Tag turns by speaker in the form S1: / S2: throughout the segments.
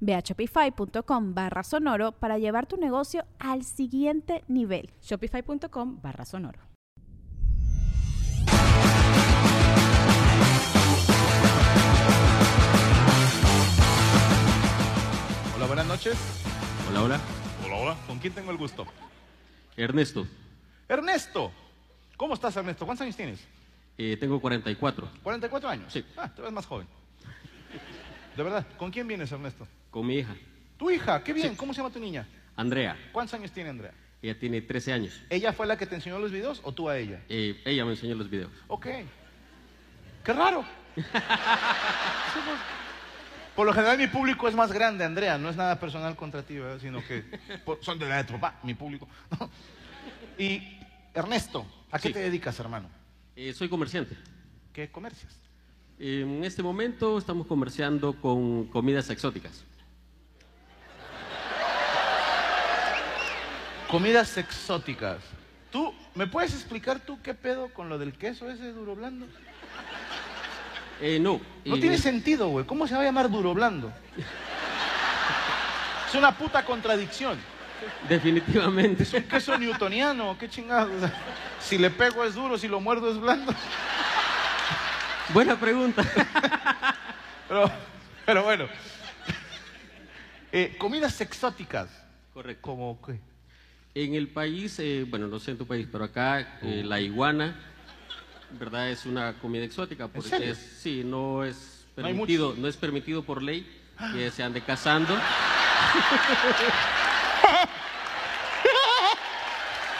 S1: Ve a shopify.com barra sonoro para llevar tu negocio al siguiente nivel.
S2: Shopify.com barra sonoro.
S3: Hola, buenas noches.
S4: Hola, hola.
S3: Hola, hola. ¿Con quién tengo el gusto?
S4: Ernesto,
S3: Ernesto. ¿Cómo estás, Ernesto? ¿Cuántos años tienes?
S4: eh, tengo 44.
S3: 44 años.
S4: Sí.
S3: Ah, te ves más joven. De verdad, ¿con quién vienes, Ernesto?
S4: Con mi hija,
S3: Tu hija, qué bien. ¿Cómo se llama tu niña?
S4: Andrea.
S3: ¿Cuántos años tiene Andrea?
S4: Ella tiene 13 años.
S3: ¿Ella fue la que te enseñó los videos o tú a ella?
S4: Eh, ella me enseñó los videos.
S3: Ok. Qué raro. Sí, pues, Por lo general mi público es más grande, Andrea. No es nada personal contra ti, ¿verdad? sino que por- son de la edad de tu papá, mi público. Y Ernesto, ¿a qué
S4: Sí.
S3: te dedicas, hermano?
S4: Eh, soy comerciante.
S3: ¿Qué comercias?
S4: En este momento estamos comerciando con comidas exóticas.
S3: Comidas exóticas. ¿Tú me puedes explicar tú qué pedo con lo del queso ese duro blando?
S4: Eh, no.
S3: No
S4: eh,
S3: tiene sentido, güey. ¿Cómo se va a llamar duro blando? Es una puta contradicción.
S4: Definitivamente.
S3: Es un queso newtoniano, qué chingado. O sea, si le pego es duro, si lo muerdo es blando.
S4: Buena pregunta.
S3: Pero, pero bueno. Eh, comidas exóticas.
S4: Correcto.
S3: ¿Cómo qué?
S4: En el país, eh, bueno, no sé en tu país, pero acá
S3: Oh.
S4: eh, la iguana, ¿verdad? Es una comida exótica. Porque
S3: serio?
S4: es- sí, no es
S3: No hay Ah.
S4: permitido, no es permitido por ley que se ande cazando.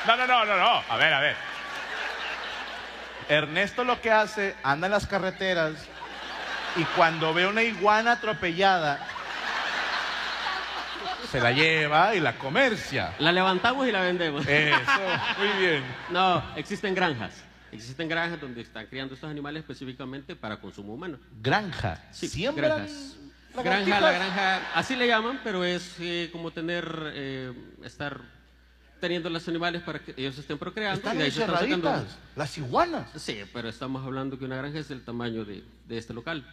S3: No, no, no, no, no. A ver, a ver. Ernesto lo que hace, anda en las carreteras y cuando ve una iguana atropellada, se la lleva y la comercia.
S4: La levantamos y la vendemos.
S3: Eso, muy bien.
S4: No, existen granjas. Existen granjas donde están criando estos animales específicamente para consumo humano.
S3: Granja.
S4: Sí,
S3: Siembran
S4: granjas. Granja, la granja, así le llaman, pero es eh, como tener, eh, estar teniendo los animales para que ellos estén procreando.
S3: Están
S4: y de ahí se están sacando-
S3: encerraditas, las iguanas.
S4: Sí, pero estamos hablando que una granja es del tamaño de, de este local.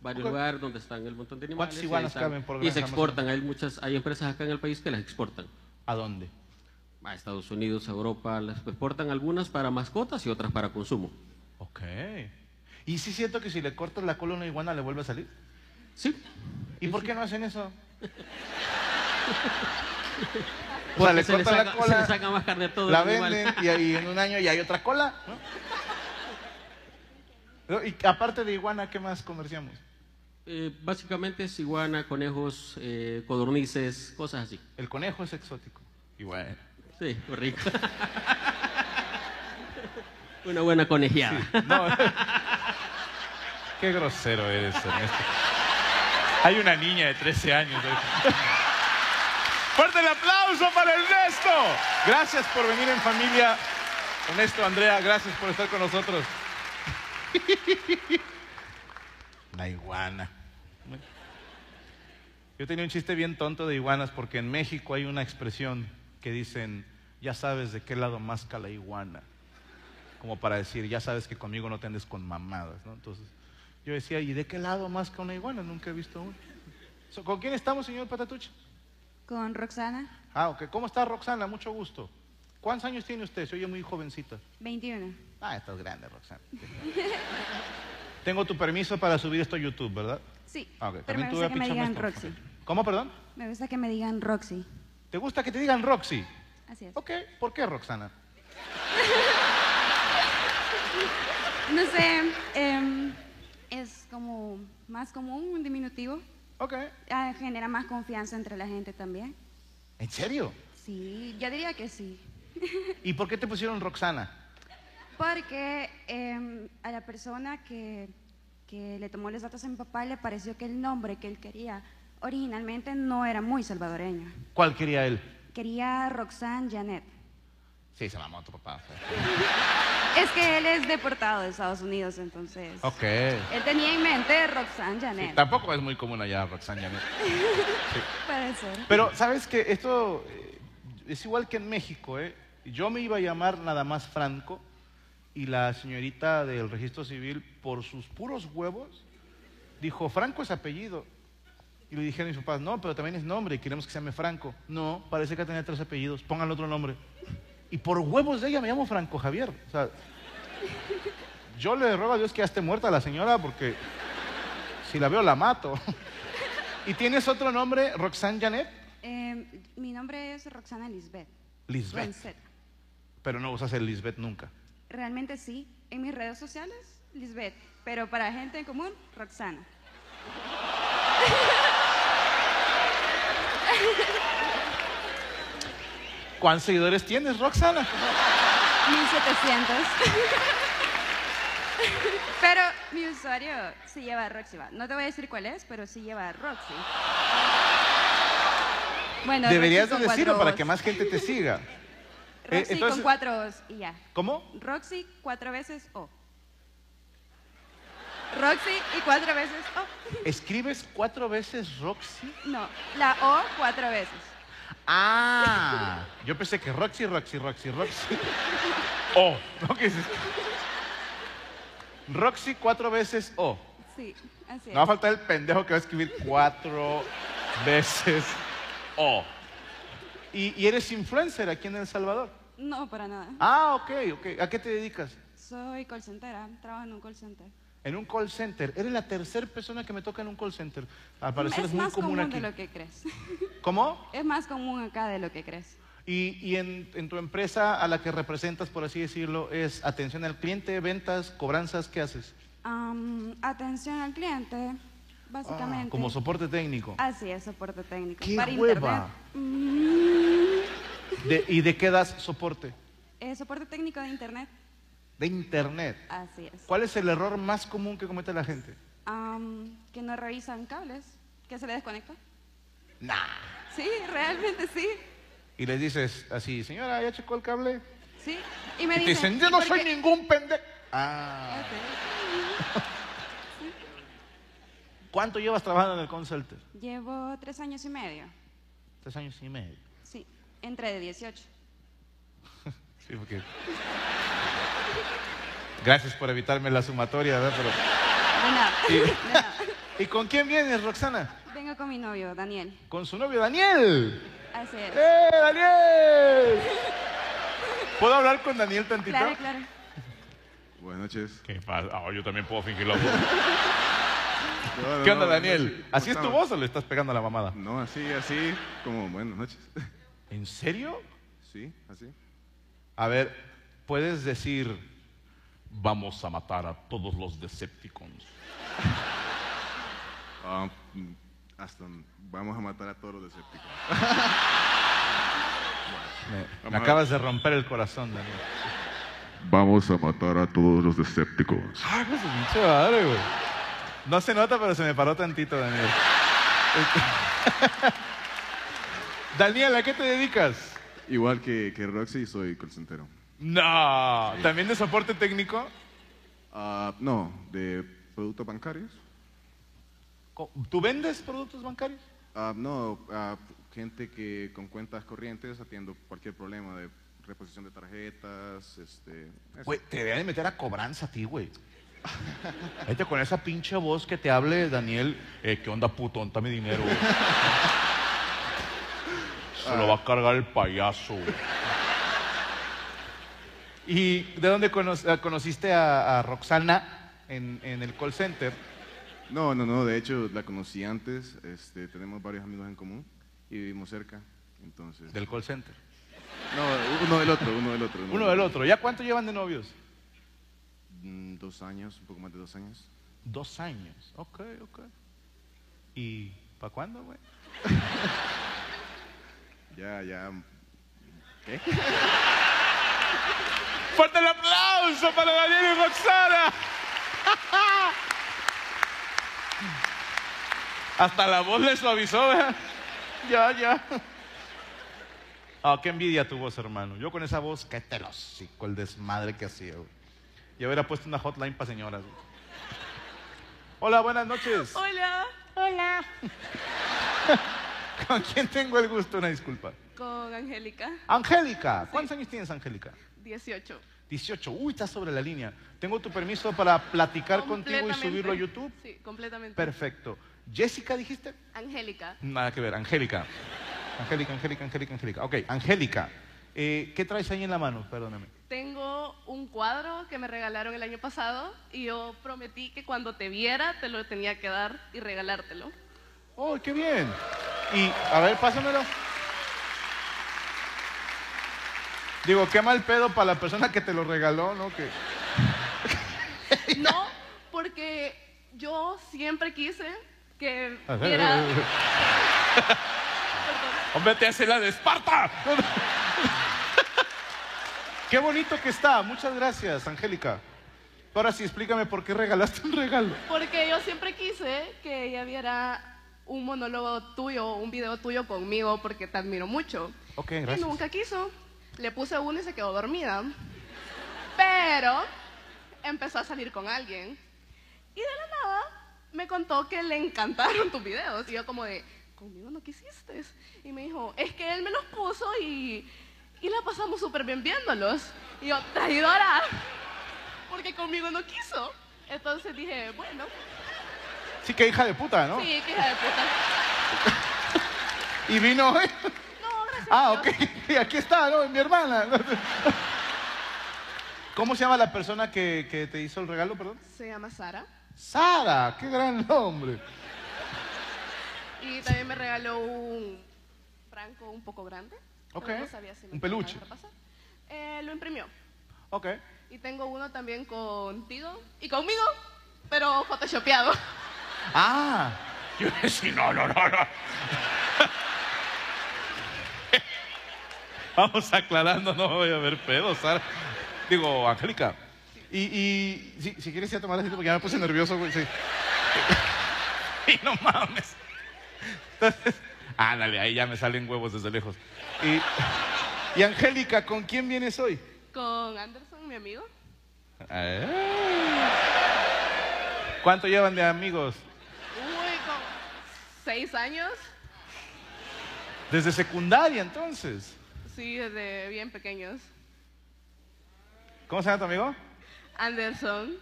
S4: Varios
S3: Ok.
S4: lugares donde están el montón de animales.
S3: ¿Cuántas
S4: y ahí
S3: iguanas
S4: están-
S3: caben por
S4: Y se
S3: granja, más o
S4: exportan. Hay muchas, hay empresas acá en el país que las exportan.
S3: ¿A dónde?
S4: A Estados Unidos, a Europa, las exportan algunas para mascotas y otras para consumo.
S3: Ok. ¿Y sí siento que si le cortas la cola a una iguana le vuelve a salir?
S4: Sí,
S3: ¿Y por qué no hacen eso? o sea,
S4: Porque
S3: Pues le
S4: se le
S3: cortan
S4: saca-
S3: la
S4: se le
S3: cola,
S4: saca más carne a todo
S3: la
S4: el animal.
S3: venden y, ahí en un año ya hay otra cola. ¿no? Pero, Y aparte de iguana, ¿qué más comerciamos?
S4: Eh, básicamente es iguana, conejos, eh, codornices, cosas así.
S3: El conejo es exótico. Y bueno.
S4: Sí, rico. Una buena conejeada.
S3: No. Qué grosero eres, Ernesto. Hay una niña de 13 años. ¿eh? Fuerte el aplauso para Ernesto. Gracias por venir en familia. Ernesto, Andrea, gracias por estar con nosotros. La iguana. Yo tenía un chiste bien tonto de iguanas porque en México hay una expresión que dicen, ya sabes de qué lado masca la iguana como para decir, ya sabes que conmigo no te andes con mamadas, ¿no? Entonces, yo decía, ¿y de qué lado más que una iguana? Nunca he visto una. So, ¿Con quién estamos, señor Patatuche?
S5: Con Roxana,
S3: Ah, ok. ¿Cómo está Roxana? Mucho gusto. ¿Cuántos años tiene usted? Se oye muy jovencita.
S5: 21.
S3: Ah, estás grande, Roxana. Tengo tu permiso para subir esto a YouTube, ¿verdad?
S5: Sí,
S3: Ah, ok.
S5: pero me
S3: tú
S5: gusta que me
S3: pichame
S5: digan
S3: esto.
S5: Roxy.
S3: ¿Cómo, perdón?
S5: Me gusta que me digan Roxy.
S3: ¿Te gusta que te digan Roxy?
S5: Así es.
S3: Ok, ¿por qué Roxana?
S5: Dice, em, es como más común, un diminutivo.
S3: Ok.
S5: Ah, genera más confianza entre la gente también.
S3: ¿En serio?
S5: Sí, yo diría que sí.
S3: ¿Y por qué te pusieron Roxana?
S5: Porque em, a la persona que, que le tomó los datos a mi papá le pareció que el nombre que él quería originalmente no era muy salvadoreño.
S3: ¿Cuál quería él?
S5: Quería Roxanne Janet.
S3: Sí, se mamó tu papá.
S5: Es que él es deportado de Estados Unidos, entonces.
S3: Ok.
S5: Él tenía en mente Roxanne
S3: Sí,
S5: Janet.
S3: tampoco es muy común allá, Roxana. ya no.
S5: Puede ser.
S3: Pero, ¿sabes qué? Esto eh, es igual que en México, ¿eh? Yo me iba a llamar nada más Franco y la señorita del registro civil, por sus puros huevos, dijo, Franco es apellido. Y le dijeron a mis papás, no, pero también es nombre y queremos que se llame Franco. No, parece que tiene tres apellidos, pónganle otro nombre. Y por huevos de ella me llamo Franco Javier. O sea, yo le ruego a Dios que ya esté muerta la señora porque si la veo la mato. ¿Y tienes otro nombre, Roxanne Janet?
S5: Em, mi nombre es Roxana Lisbeth.
S3: Lisbeth.
S5: Roncet.
S3: Pero no usas el Lisbeth nunca.
S5: Realmente sí. En mis redes sociales, Lisbeth. Pero para gente en común, Roxana.
S3: ¿Cuántos seguidores tienes, Roxana?
S5: 1700. pero mi usuario sí lleva Roxy. va. No te voy a decir cuál es, pero sí lleva Roxy. Bueno,
S3: Deberías de
S5: Roxy con cuatro
S3: decirlo para
S5: Os.
S3: que más gente te siga.
S5: Roxy
S3: Eh, entonces-
S5: con cuatro Os y ya.
S3: ¿Cómo?
S5: Roxy cuatro veces O. Roxy y cuatro veces O.
S3: ¿Escribes cuatro veces Roxy?
S5: No, la O cuatro veces.
S3: Ah, yo pensé que Roxy, Roxy, Roxy, Roxy. Oh, ¿no? ¿Qué dices? Roxy cuatro veces O.
S5: Sí, así
S3: No
S5: es.
S3: va a faltar el pendejo que va a escribir cuatro veces O. Y, y eres influencer aquí en El Salvador.
S5: No, para nada.
S3: Ah, ok, ok. ¿A qué te dedicas?
S5: Soy call centera, trabajo en un call center.
S3: En un call center. Eres la tercera persona que me toca en un call center. Al parecer es,
S5: es
S3: muy
S5: más
S3: común,
S5: común
S3: aquí.
S5: de lo que crees.
S3: ¿Cómo?
S5: Es más común acá de lo que crees.
S3: Y, y en, en tu empresa a la que representas, por así decirlo, es atención al cliente, ventas, cobranzas, ¿qué haces?
S5: Am, atención al cliente, básicamente.
S3: Ah, como soporte técnico.
S5: Así es, soporte técnico.
S3: ¡Qué
S5: Para
S3: hueva!
S5: internet. Mm,
S3: De- ¿Y de qué das soporte?
S5: eh, soporte técnico de internet.
S3: De internet.
S5: Así es.
S3: ¿Cuál es el error más común que comete la gente?
S5: Am, que no revisan cables, que se le desconecta.
S3: Nah.
S5: Sí, realmente sí.
S3: Y les dices así, señora, ¿ya checó el cable?
S5: Sí. Y me
S3: y te dicen, yo
S5: ¿y
S3: no
S5: por
S3: soy
S5: qué?"
S3: ningún pendejo. Ah. ¿Cuánto llevas trabajando en el call center?
S5: Ok. Llevo tres años y medio.
S3: Tres años y medio.
S5: Sí, entre de 18.
S3: Sí, porque... Gracias por evitarme la sumatoria, ¿verdad? Pero-
S5: De nada, de nada.
S3: ¿Y con quién vienes, Roxana?
S5: Vengo con mi novio, Daniel.
S3: Con su novio Daniel.
S5: Así es.
S3: ¡Eh, Daniel! ¿Puedo hablar con Daniel tantito?
S5: Claro, claro.
S6: Buenas noches.
S3: ¿Qué pasa? Ah, yo también puedo fingirlo.
S6: No, no,
S3: ¿Qué
S6: no,
S3: onda,
S6: buenas noches.
S3: Daniel?
S6: ¿Cómo
S3: ¿Así es tu
S6: estamos?
S3: voz o le estás pegando a la mamada?
S6: No, así, así, como buenas noches.
S3: ¿En serio?
S6: Sí, así.
S3: A ver, puedes decir, vamos a matar a todos los Decepticons.
S6: Ah, mm, hasta vamos a matar a todos los desépticos.
S3: Me,
S6: Vamos a-
S3: acabas de romper el corazón, Daniel.
S6: Vamos a matar a todos los desépticos.
S3: Ah, qué pinche madre, güey. No se nota, pero se me paró tantito, Daniel. Este- Daniel, ¿a qué te dedicas?
S6: Igual que, que Roxy, soy colcentero.
S3: No, ¿también de soporte técnico?
S6: Ah, no, de productos bancarios.
S3: Co- ¿Tú vendes productos bancarios?
S6: Ah, no, ah, gente que con cuentas corrientes atiendo cualquier problema de reposición de tarjetas, este... eso.
S3: Güey, te deben meter a cobranza a ti, güey. Vete con esa pinche voz que te hable, Daniel. Eh, ¿Qué onda, puto? ¿Onta mi dinero, güey? Se lo va a cargar el payaso, güey. ¿Y de dónde cono- eh, conociste a, a Roxana en, en el call center?
S6: No, no, no, de hecho la conocí antes, este, tenemos varios amigos en común y vivimos cerca, entonces...
S3: Del call center.
S6: No, uno del otro, uno del otro.
S3: Uno del otro. ¿Ya cuánto llevan de novios?
S6: mm, dos años, un poco más de dos años.
S3: Dos años. Ok, ok. ¿Y para cuándo, güey?
S6: Ya, ya. ¿Qué?
S3: ¡Fuerte el aplauso para Daniel y Roxana! Hasta la voz le suavizó, ¿verdad? Ya, ya. Ah, qué envidia tu voz, hermano. Yo con esa voz, qué te lo hocico, el desmadre que hacía, güey. Y hubiera puesto una hotline para señoras, güey. Hola, buenas noches.
S7: Hola. Hola.
S3: ¿Con quién tengo el gusto? Una disculpa.
S7: Con Angélica,
S3: Angélica, ¿cuántos años tienes, Angélica?
S7: 18.
S3: 18. Uy, estás sobre la línea. ¿Tengo tu permiso para platicar contigo y
S7: Completamente.
S3: subirlo a YouTube?
S7: Sí, completamente.
S3: Perfecto. ¿Jessica dijiste?
S7: Angélica,
S3: Nada que ver, Angélica. Angélica, Angélica, Angélica, Angélica. Ok, Angélica, eh, ¿qué traes ahí en la mano? Perdóname.
S7: tengo un cuadro que me regalaron el año pasado y yo prometí que cuando te viera te lo tenía que dar y regalártelo.
S3: ¡Oh, qué bien! Y, a ver, pásamelo. Digo, qué mal pedo para la persona que te lo regaló, ¿no? Que...
S7: No, porque yo siempre quise que
S3: A ver, a
S7: viera...
S3: ver, a ver. ¡Hombre, te hace la de Esparta! ¡Qué bonito que está! Muchas gracias, Angélica. Ahora sí, explícame por qué regalaste un regalo.
S7: Porque yo siempre quise que ella viera un monólogo tuyo, un video tuyo conmigo, porque te admiro mucho.
S3: Ok,
S7: Y
S3: gracias.
S7: nunca quiso. Le puse uno y se quedó dormida. Pero empezó a salir con alguien. Y de la nada me contó que le encantaron tus videos. Y yo como de, conmigo no quisiste. Y me dijo, es que él me los puso y, y la pasamos súper bien viéndolos. Y yo, traidora, porque conmigo no quiso. Entonces dije, bueno,
S3: Sí, que hija de puta, ¿no?
S7: sí, que hija de puta.
S3: Y vino hoy.
S7: No, gracias.
S3: Ah,
S7: a Dios.
S3: ok. Y aquí está, ¿no? Mi hermana. ¿Cómo se llama la persona que, que te hizo el regalo, perdón?
S7: Se llama Sara.
S3: Sara, qué gran nombre.
S7: Y también me regaló un franco un poco grande.
S3: Ok.
S7: pero No sabía si
S3: Un
S7: me lo iban a
S3: peluche.
S7: dejar pasar. Eh, lo imprimió.
S3: Ok.
S7: Y tengo uno también contigo y conmigo, pero photoshopeado.
S3: Ah. Yo decía, no, no, no, no. Vamos aclarando, no voy a ver pedo, Sara. Digo, Angélica. Y, y si, si quieres ir a tomar asiento, porque ya me puse nervioso, güey. Sí. y no mames. Entonces, ándale, ahí ya me salen huevos desde lejos. Y, y Angélica, ¿con quién vienes hoy?
S7: Con Anderson, mi amigo.
S3: Ah. ¿Cuánto llevan de amigos?
S7: Uy, con seis años.
S3: Desde secundaria, entonces.
S7: Sí, desde bien pequeños.
S3: ¿Cómo se llama tu amigo?
S7: Anderson,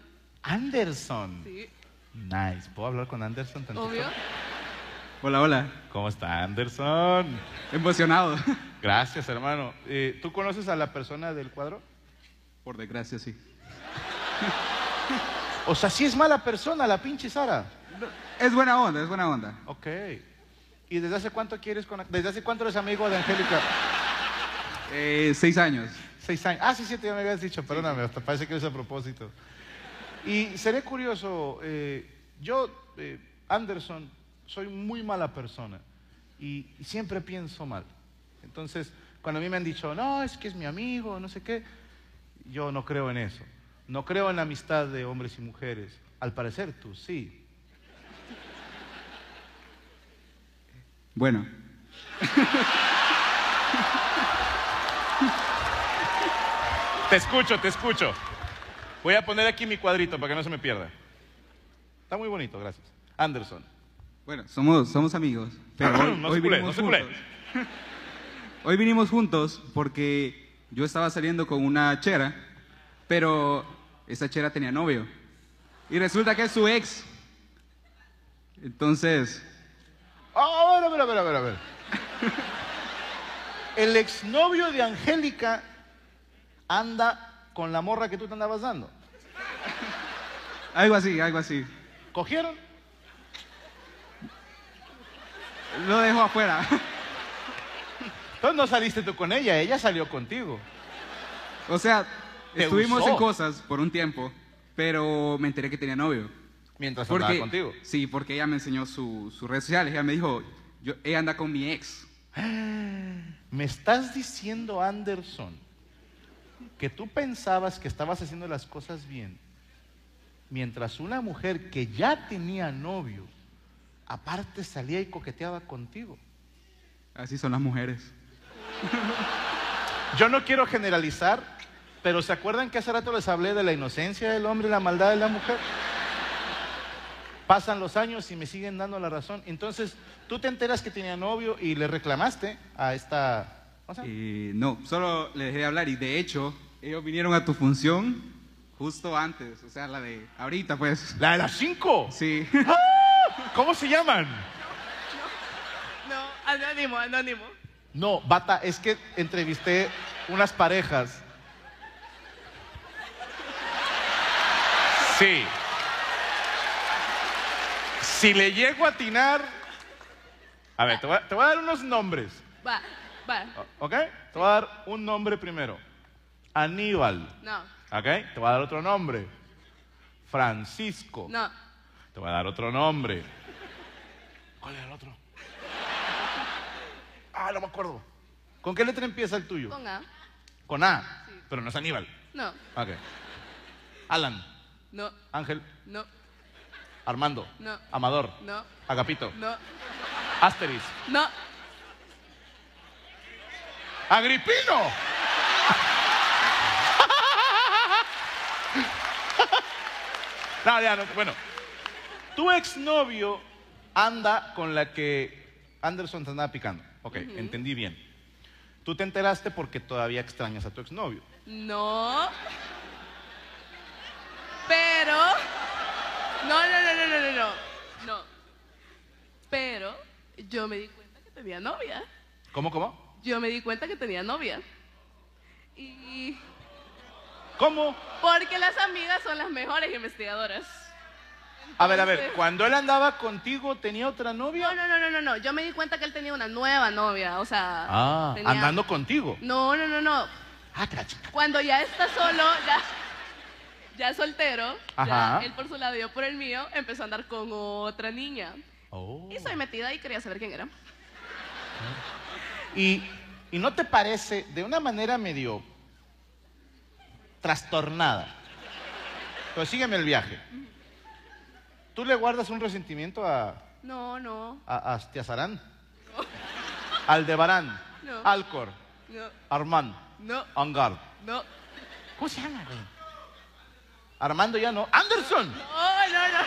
S3: Anderson.
S7: sí,
S3: Nice. ¿Puedo hablar con Anderson tantito?
S7: obvio.
S8: Hola, hola.
S3: ¿Cómo está Anderson?
S8: Emocionado.
S3: Gracias, hermano. Eh, ¿Tú conoces a la persona del cuadro?
S8: Por desgracia, sí.
S3: O sea, sí es mala persona la pinche Sara.
S8: Es buena onda, es buena onda.
S3: Ok. ¿Y desde hace cuánto quieres con... ¿Desde hace cuánto eres amigo de Angélica?
S8: Eh, seis años.
S3: Seis años. Ah, sí, siete, ya me habías dicho. Perdóname, hasta parece que es a propósito. Y seré curioso. eh, yo, eh, Anderson, soy muy mala persona y, y siempre pienso mal. Entonces, cuando a mí me han dicho, no, es que es mi amigo, no sé qué, yo no creo en eso. No creo en la amistad de hombres y mujeres. Al parecer tú sí.
S8: Bueno,
S3: Te escucho, te escucho. Voy a poner aquí mi cuadrito para que no se me pierda. Está muy bonito, gracias. Anderson.
S8: bueno, somos, somos amigos. Pero hoy,
S3: Ah, No
S8: hoy
S3: se culé,
S8: vinimos
S3: no se culé.
S8: juntos. hoy vinimos juntos porque yo estaba saliendo con una chera, pero esa chera tenía novio. Y resulta que es su ex. Entonces,
S3: Ah, a ver, a ver, a ver, a ver. El exnovio de Angélica anda con la morra que tú te andabas dando.
S8: algo así, algo así.
S3: ¿Cogieron?
S8: Lo dejo afuera.
S3: Entonces no saliste tú con ella, ella salió contigo.
S8: o sea,
S3: Te
S8: estuvimos
S3: usó.
S8: en cosas por un tiempo, pero me enteré que tenía novio.
S3: Mientras Pues andaba
S8: Porque,
S3: contigo.
S8: Sí, porque ella me enseñó su- sus redes sociales. Ella me dijo, yo, ella anda con mi ex.
S3: Me estás diciendo, Anderson, que tú pensabas que estabas haciendo las cosas bien, mientras una mujer que ya tenía novio, aparte salía y coqueteaba contigo.
S8: Así son las mujeres.
S3: Yo no quiero generalizar, pero ¿se acuerdan que hace rato les hablé de la inocencia del hombre y la maldad de la mujer? Pasan los años y me siguen dando la razón. Entonces, tú te enteras que tenía novio y le reclamaste a esta... ¿cómo se llama?
S8: Eh, no, solo le dejé de hablar y de hecho, ellos vinieron a tu función justo antes, o sea, la de ahorita, pues.
S3: La de las cinco.
S8: Sí.
S3: ¿Cómo se llaman?
S7: No, anónimo, anónimo.
S3: No, bata, es que entrevisté unas parejas. Sí. Si le llego a atinar... A ver, te voy a- te voy a dar unos nombres.
S7: Va, va.
S3: ¿Ok? Te voy a dar un nombre primero. Aníbal.
S7: No,
S3: ¿Ok? Te voy a dar otro nombre. Francisco.
S7: no.
S3: Te voy a dar otro nombre. ¿Cuál era el otro? Ah, no me acuerdo. ¿Con qué letra empieza el tuyo?
S7: Con A.
S3: Con A. Pero no es Aníbal.
S7: No,
S3: Ok. Alan.
S7: no,
S3: Ángel.
S7: no,
S3: Armando.
S7: No.
S3: Amador.
S7: no,
S3: Agapito.
S7: no,
S3: Asteris.
S7: no.
S3: ¡Agripino! no, ya, no, bueno. Tu exnovio anda con la que Anderson te andaba picando. Ok, entendí bien. Tú te enteraste porque todavía extrañas a tu exnovio.
S7: No. Pero. No, no, no, no, no, no, no. No. Pero yo me di cuenta que tenía novia.
S3: ¿Cómo, cómo?
S7: Yo me di cuenta que tenía novia. Y.
S3: ¿Cómo?
S7: Porque las amigas son las mejores investigadoras.
S3: A ver, a ver,
S7: Entonces-
S3: cuando él andaba contigo, ¿tenía otra novia?
S7: No, no, no, no, no, no. Yo me di cuenta que él tenía una nueva novia. O sea.
S3: Ah,
S7: tenía-
S3: andando contigo.
S7: No, no, no, no.
S3: Ah, que la chica.
S7: Cuando ya está solo, ya, ya soltero,
S3: Ajá.
S7: ya él por su lado y yo por el mío, empezó a andar con otra niña.
S3: Oh.
S7: Y soy metida y quería saber quién era.
S3: Y, y no te parece de una manera medio trastornada. Pero sígueme el viaje. ¿Tú le guardas un resentimiento a,
S7: No, no,
S3: a, a Tiazarán? Aldebarán,
S7: No.
S3: Alcor,
S7: no,
S3: Armand,
S7: no,
S3: Angard.
S7: no.
S3: ¿Cómo se llama, güey? Armando ya no. ¡Anderson!
S7: Oh, no, no,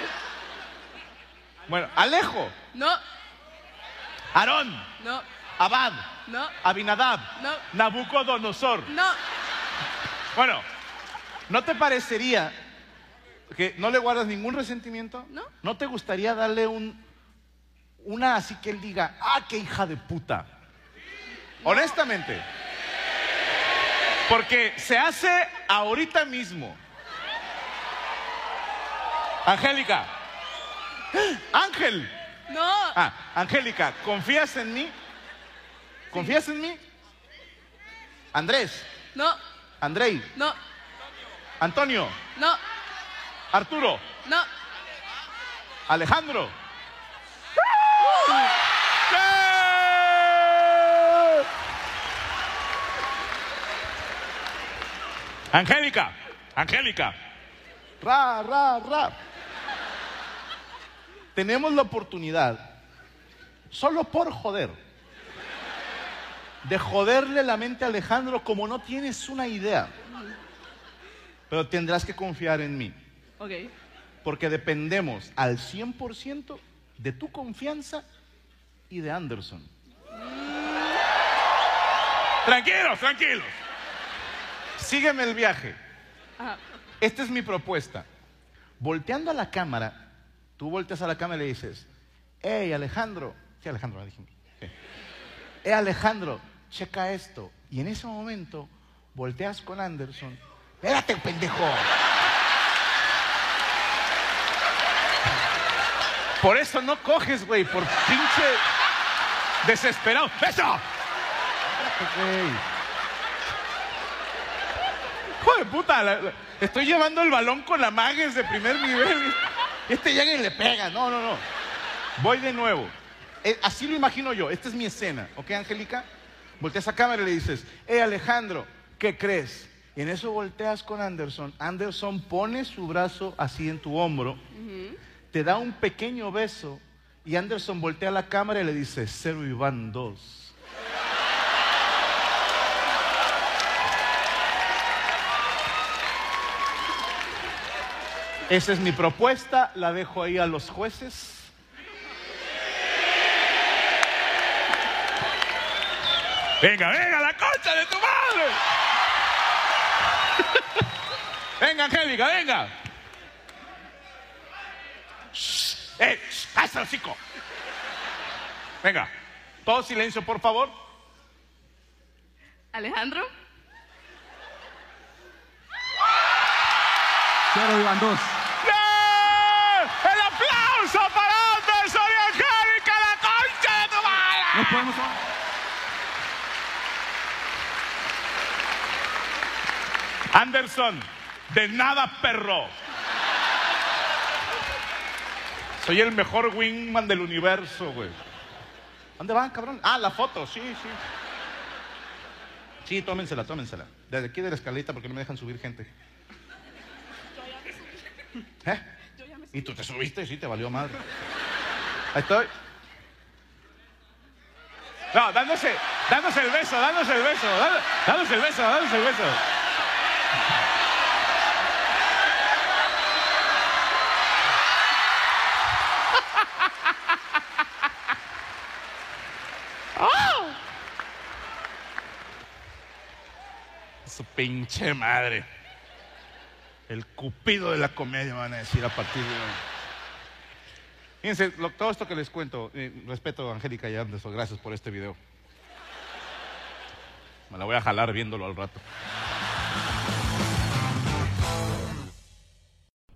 S3: Bueno, Alejo,
S7: no,
S3: Aarón,
S7: no,
S3: Abad,
S7: no,
S3: Abinadab,
S7: No.
S3: Nabucodonosor.
S7: no.
S3: Bueno, ¿no te parecería que no le guardas ningún resentimiento?
S7: No.
S3: ¿No te gustaría darle un una así que él diga, ah, qué hija de puta? Honestamente. Porque se hace ahorita mismo. Angélica. Ángel.
S7: no.
S3: Ah, Angélica, ¿confías en mí? ¿Confías en mí? Andrés,
S7: No,
S3: Andrei,
S7: no,
S3: Antonio,
S7: no,
S3: Arturo,
S7: no.
S3: Alejandro. ¡Sí! Angélica, Angélica. Ra, ra, ra. Tenemos la oportunidad, solo por joder, de joderle la mente a Alejandro como no tienes una idea. Pero tendrás que confiar en mí.
S7: Ok,
S3: Porque dependemos al 100% de tu confianza y de Anderson. Tranquilos, tranquilos. Sígueme el viaje.
S7: Ajá.
S3: Esta es mi propuesta. Volteando a la cámara, tú volteas a la cámara y le dices, hey Alejandro, sí Alejandro, me dijimos. Sí. Hey Alejandro, checa esto. Y en ese momento volteas con Anderson. Espérate, pendejo. Por eso no coges, güey, por pinche desesperado. ¡Eso! Espérate, güey. hijo de puta. la- la- estoy llevando el balón con la magues de primer nivel. Este llega y le pega. No, no, no. Voy de nuevo. Eh, así lo imagino yo. Esta es mi escena. ¿Ok, Angélica? Volteas a cámara y le dices, eh, Alejandro, ¿qué crees? Y en eso volteas con Anderson. Anderson pone su brazo así en tu hombro, te da un pequeño beso y Anderson voltea a la cámara y le dice, cero y van dos. Esa es mi propuesta, la dejo ahí a los jueces. Venga, venga, la concha de tu madre. venga, Angélica, venga. Shh, eh, shh, cállate el hocico. Venga, todo silencio, por favor.
S7: Alejandro,
S8: Cero Iván dos.
S3: ¡Bien! ¡El aplauso para Anderson y Angélica, la concha de tu madre!
S8: Nos podemos.
S3: Anderson, de nada, perro. Soy el mejor wingman del universo, güey. ¿Dónde van, cabrón? Ah, la foto, sí, sí. Sí, tómensela, tómensela. Desde aquí de la escaleta porque no me dejan subir gente. ¿Eh? Y tú te subiste, sí, te valió madre. Ahí estoy. No, dándose, dándose el beso, dándose el beso, dá- dándose el beso, dándose el beso. Su pinche madre. El cupido de la comedia, van a decir a partir de hoy. Fíjense, lo- todo esto que les cuento, eh, respeto a Angélica y Anderson, gracias por este video. Me la voy a jalar viéndolo al rato.